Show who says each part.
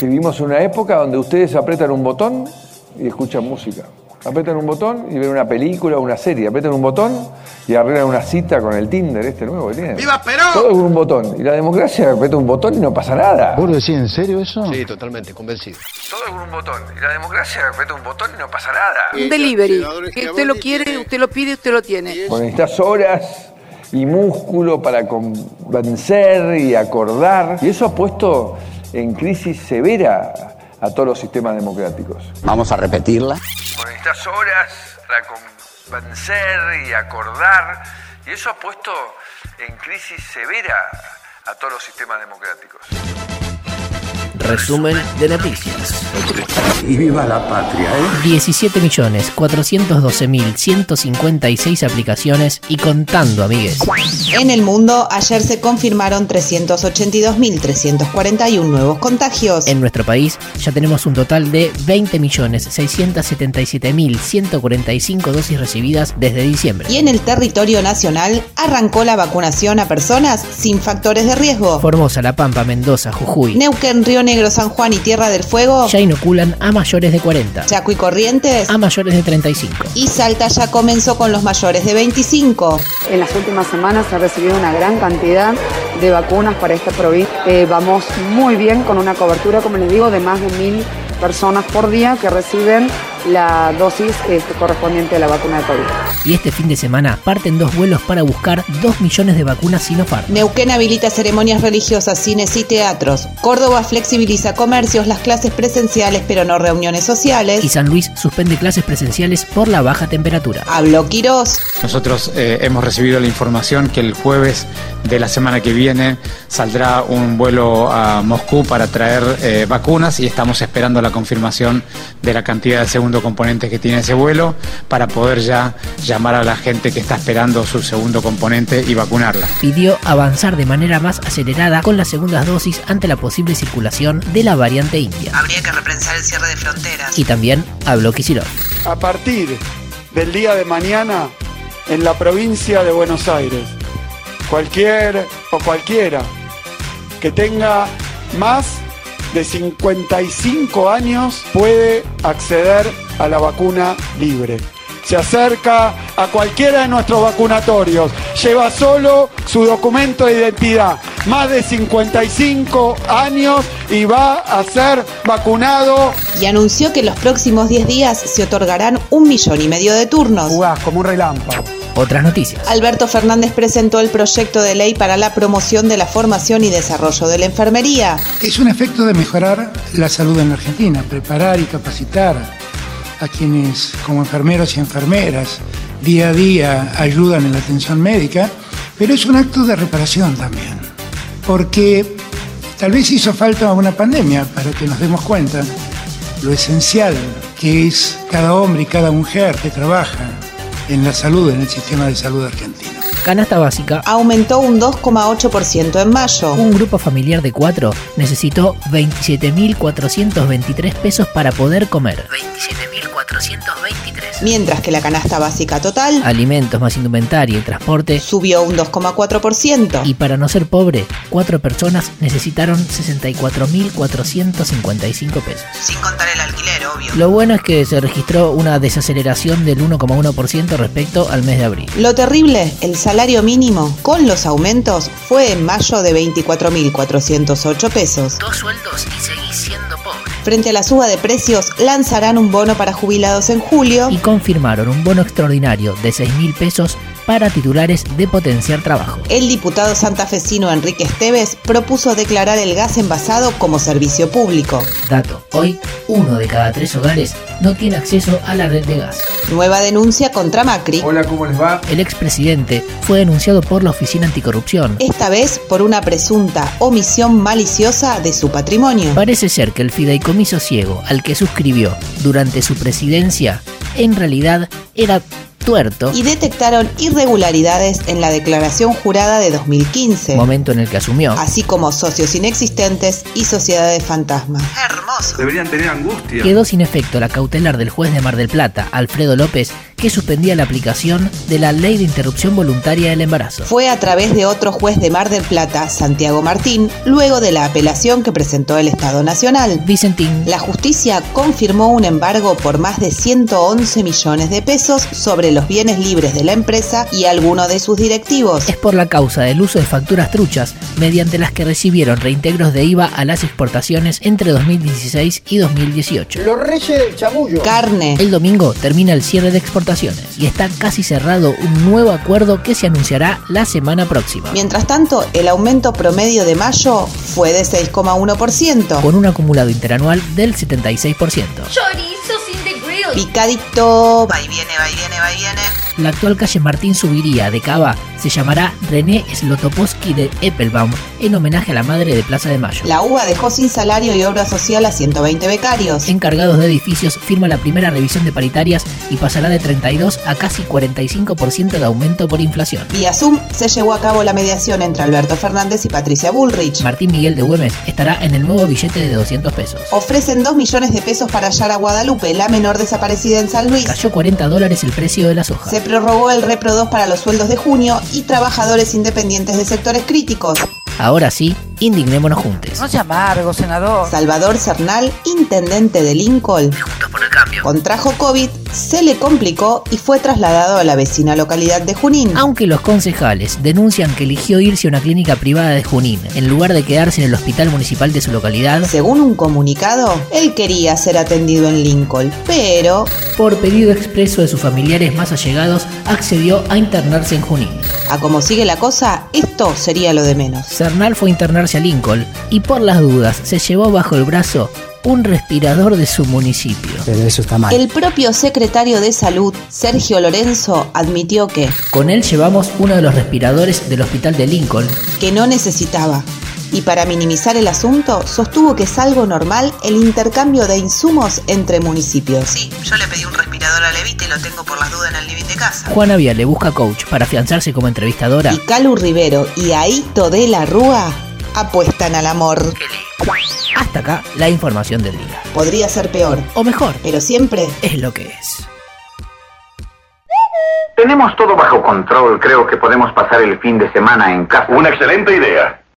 Speaker 1: Vivimos en una época donde ustedes apretan un botón y escuchan música. Apretan un botón y ven una película o una serie. Apretan un botón y arreglan una cita con el Tinder, este nuevo que tienen.
Speaker 2: ¡Viva Perón!
Speaker 1: Todo con un botón. Y la democracia aprieta un botón y no pasa nada.
Speaker 3: ¿Vos lo decís en serio eso?
Speaker 4: Sí, totalmente, convencido.
Speaker 1: Todo con un botón. Y la democracia aprieta un botón y no pasa nada.
Speaker 5: Un delivery. Que usted lo quiere, usted lo pide, usted lo tiene.
Speaker 1: Cuando necesitas horas y músculo para convencer y acordar. Y eso ha puesto en crisis severa a todos los sistemas democráticos.
Speaker 6: Vamos a repetirla.
Speaker 1: Con estas horas para convencer y acordar, y eso ha puesto en crisis severa a todos los sistemas democráticos.
Speaker 7: Resumen de noticias.
Speaker 8: Y viva la patria, ¿eh?
Speaker 7: 17.412.156 aplicaciones y contando, amigues.
Speaker 9: En el mundo, ayer se confirmaron 382.341 nuevos contagios.
Speaker 7: En nuestro país ya tenemos un total de 20.677.145 dosis recibidas desde diciembre.
Speaker 9: Y en el territorio nacional arrancó la vacunación a personas sin factores de riesgo.
Speaker 7: Formosa, La Pampa, Mendoza, Jujuy.
Speaker 9: Neuquén, Río Negro, San Juan y Tierra del Fuego,
Speaker 7: ya inoculan a mayores de 40,
Speaker 9: Chaco y Corrientes
Speaker 7: a mayores de 35.
Speaker 9: y Salta ya comenzó con los mayores de 25.
Speaker 10: En las últimas semanas se ha recibido una gran cantidad de vacunas para esta provincia. Eh, vamos muy bien con una cobertura, como les digo, de más de mil personas por día que reciben la dosis este, correspondiente a la vacuna de COVID.
Speaker 7: Y este fin de semana parten dos vuelos para buscar 2 millones de vacunas Sinopharm.
Speaker 9: Neuquén habilita ceremonias religiosas, cines y teatros. Córdoba flexibiliza comercios, las clases presenciales pero no reuniones
Speaker 7: Y
Speaker 9: sociales.
Speaker 7: San Luis suspende clases presenciales por la baja temperatura.
Speaker 9: Habló Quirós.
Speaker 11: Nosotros eh, hemos recibido la información que el jueves de la semana que viene saldrá un vuelo a Moscú para traer eh, vacunas y estamos esperando la confirmación de la cantidad de segundo componente que tiene ese vuelo para poder ya llamar a la gente que está esperando su segundo componente y vacunarla.
Speaker 7: Pidió avanzar de manera más acelerada con las segundas dosis ante la posible circulación de la variante india.
Speaker 9: Habría que repensar el cierre de fronteras.
Speaker 7: Y también habló Kicillof.
Speaker 12: A partir del día de mañana, en la provincia de Buenos Aires, cualquier o cualquiera que tenga más de 55 años puede acceder a la vacuna libre. Se acerca a cualquiera de nuestros vacunatorios, lleva solo su documento de identidad, más de 55 años y va a ser vacunado
Speaker 9: Y anunció que los próximos 10 días se otorgarán un millón y medio de turnos.
Speaker 12: Jugás como un relámpago.
Speaker 7: Otras noticias.
Speaker 9: Alberto Fernández presentó el proyecto de ley para la promoción de la formación y desarrollo de la enfermería.
Speaker 3: Es un efecto de mejorar la salud en la Argentina, preparar y capacitar a quienes como enfermeros y enfermeras día a día ayudan en la atención médica, pero es un acto de reparación también, porque tal vez hizo falta una pandemia para que nos demos cuenta lo esencial que es cada hombre y cada mujer que trabaja en la salud, en el sistema de salud argentino.
Speaker 7: Canasta básica.
Speaker 9: Aumentó un 2,8% en mayo.
Speaker 7: Un grupo familiar de cuatro necesitó 27.423 pesos para poder comer. 27.423.
Speaker 9: mientras que la canasta básica total
Speaker 7: Alimentos más indumentaria y transporte.
Speaker 9: subió un 2,4%.
Speaker 7: Y para no ser pobre, cuatro personas necesitaron 64.455 pesos.
Speaker 9: Sin contar el alquiler, obvio.
Speaker 7: Lo bueno es que se registró una desaceleración del 1,1% respecto al mes de abril.
Speaker 9: Lo terrible, el salario mínimo con los aumentos fue en mayo de 24.408 pesos.
Speaker 7: Dos sueldos y seguís siendo pobre.
Speaker 9: Frente a la suba de precios, lanzarán un bono para jubilados en julio
Speaker 7: Y confirmaron un bono extraordinario de 6.000 pesos para titulares de potenciar trabajo.
Speaker 9: El diputado santafesino Enrique Esteves propuso declarar el gas envasado como servicio público.
Speaker 7: Dato, hoy uno de cada tres hogares no tiene acceso a la red de gas.
Speaker 9: Nueva denuncia contra Macri,
Speaker 1: Hola, ¿cómo les va?
Speaker 7: El expresidente fue denunciado por la Oficina Anticorrupción.
Speaker 9: esta vez por una presunta omisión maliciosa de su patrimonio.
Speaker 7: Parece ser que el fideicomiso ciego al que suscribió durante su presidencia en realidad era tuerto,
Speaker 9: Y detectaron irregularidades en la declaración jurada de 2015,
Speaker 7: momento en el que asumió.
Speaker 9: así como socios inexistentes y sociedades fantasmas. Hermoso.
Speaker 2: Deberían tener angustia.
Speaker 7: Quedó sin efecto la cautelar del juez de Mar del Plata, Alfredo López, que suspendía la aplicación de la ley de interrupción voluntaria del embarazo.
Speaker 9: Fue a través de otro juez de Mar del Plata, Santiago Martín, luego de la apelación que presentó el Estado Nacional.
Speaker 7: Vicentín,
Speaker 9: La justicia confirmó un embargo por más de 111 millones de pesos sobre los bienes libres de la empresa y algunos de sus directivos.
Speaker 7: es por la causa del uso de facturas truchas mediante las que recibieron reintegros de IVA a las exportaciones entre 2016 y 2018.
Speaker 9: Carne,
Speaker 7: El domingo termina el cierre de exportaciones y está casi cerrado un nuevo acuerdo que se anunciará la semana próxima,
Speaker 9: Mientras tanto, el aumento promedio de mayo fue de 6,1%.
Speaker 7: con un acumulado interanual del 76%.
Speaker 2: Chorizos in the grill.
Speaker 9: Picadito, va y viene, va y viene, va y viene.
Speaker 7: La actual calle Martín Subiría de Cava se llamará René Slotopolsky de Eppelbaum en homenaje a la madre de Plaza de Mayo.
Speaker 9: La UBA dejó sin salario y obra social a 120 becarios.
Speaker 7: Encargados de edificios firma la primera revisión de paritarias y pasará de 32 a casi 45% de aumento por inflación.
Speaker 9: Vía Zoom se llevó a cabo la mediación entre Alberto Fernández y Patricia Bullrich.
Speaker 7: Martín Miguel de Güemes estará en el nuevo billete de 200 pesos.
Speaker 9: Ofrecen 2 millones de pesos para hallar a Guadalupe, la menor desaparecida en San Luis.
Speaker 7: Cayó 40 dólares el precio de las hojas.
Speaker 9: Se prorrogó el Repro 2 para los sueldos de junio y trabajadores independientes de sectores críticos.
Speaker 7: Ahora sí, indignémonos juntos.
Speaker 5: No sea amargo, senador.
Speaker 9: Salvador Cernal, intendente de Lincoln, contrajo COVID, se le complicó y fue trasladado a la vecina localidad de Junín.
Speaker 7: Aunque los concejales denuncian que eligió irse a una clínica privada de Junín, en lugar de quedarse en el hospital municipal de su localidad,
Speaker 9: Según un comunicado, él quería ser atendido en Lincoln, pero
Speaker 7: por pedido expreso de sus familiares más allegados, accedió a internarse en Junín.
Speaker 9: a como sigue la cosa, esto sería lo de menos.
Speaker 7: Cernal fue a internarse a Lincoln y por las dudas se llevó bajo el brazo un respirador de su municipio.
Speaker 11: eso está mal.
Speaker 9: El propio secretario de Salud, Sergio Lorenzo, admitió que,
Speaker 7: Con él llevamos uno de los respiradores del hospital de Lincoln
Speaker 9: que no necesitaba. Y para minimizar el asunto, sostuvo que es algo normal el intercambio de insumos entre municipios. Sí, yo le pedí un respirador a Levita y lo tengo por las dudas en el living de casa.
Speaker 7: Juana Vía le busca coach para afianzarse como entrevistadora.
Speaker 9: Y Calu Rivero y Aito de la Rúa apuestan al amor.
Speaker 7: Hasta acá la información del día.
Speaker 9: Podría ser peor,
Speaker 7: O mejor,
Speaker 9: pero siempre
Speaker 7: es lo que es.
Speaker 8: Tenemos todo bajo control. Creo que podemos pasar el fin de semana en casa. Una excelente idea.